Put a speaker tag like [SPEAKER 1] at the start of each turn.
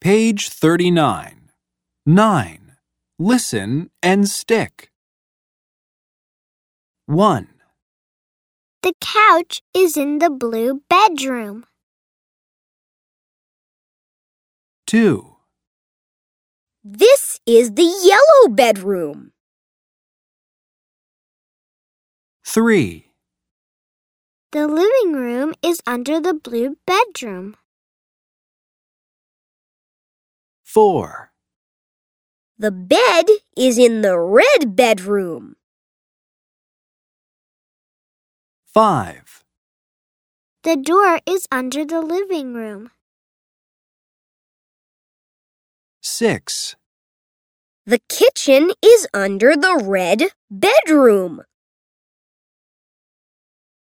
[SPEAKER 1] Page 39. 9. Listen and stick. 1,
[SPEAKER 2] The couch is in the blue bedroom.
[SPEAKER 1] 2,
[SPEAKER 2] This is the yellow bedroom.
[SPEAKER 1] 3,
[SPEAKER 2] The living room is under the blue bedroom.
[SPEAKER 1] 4,
[SPEAKER 2] The bed is in the red bedroom.
[SPEAKER 1] 5,
[SPEAKER 2] The door is under the living room.
[SPEAKER 1] 6,
[SPEAKER 2] The kitchen is under the red bedroom.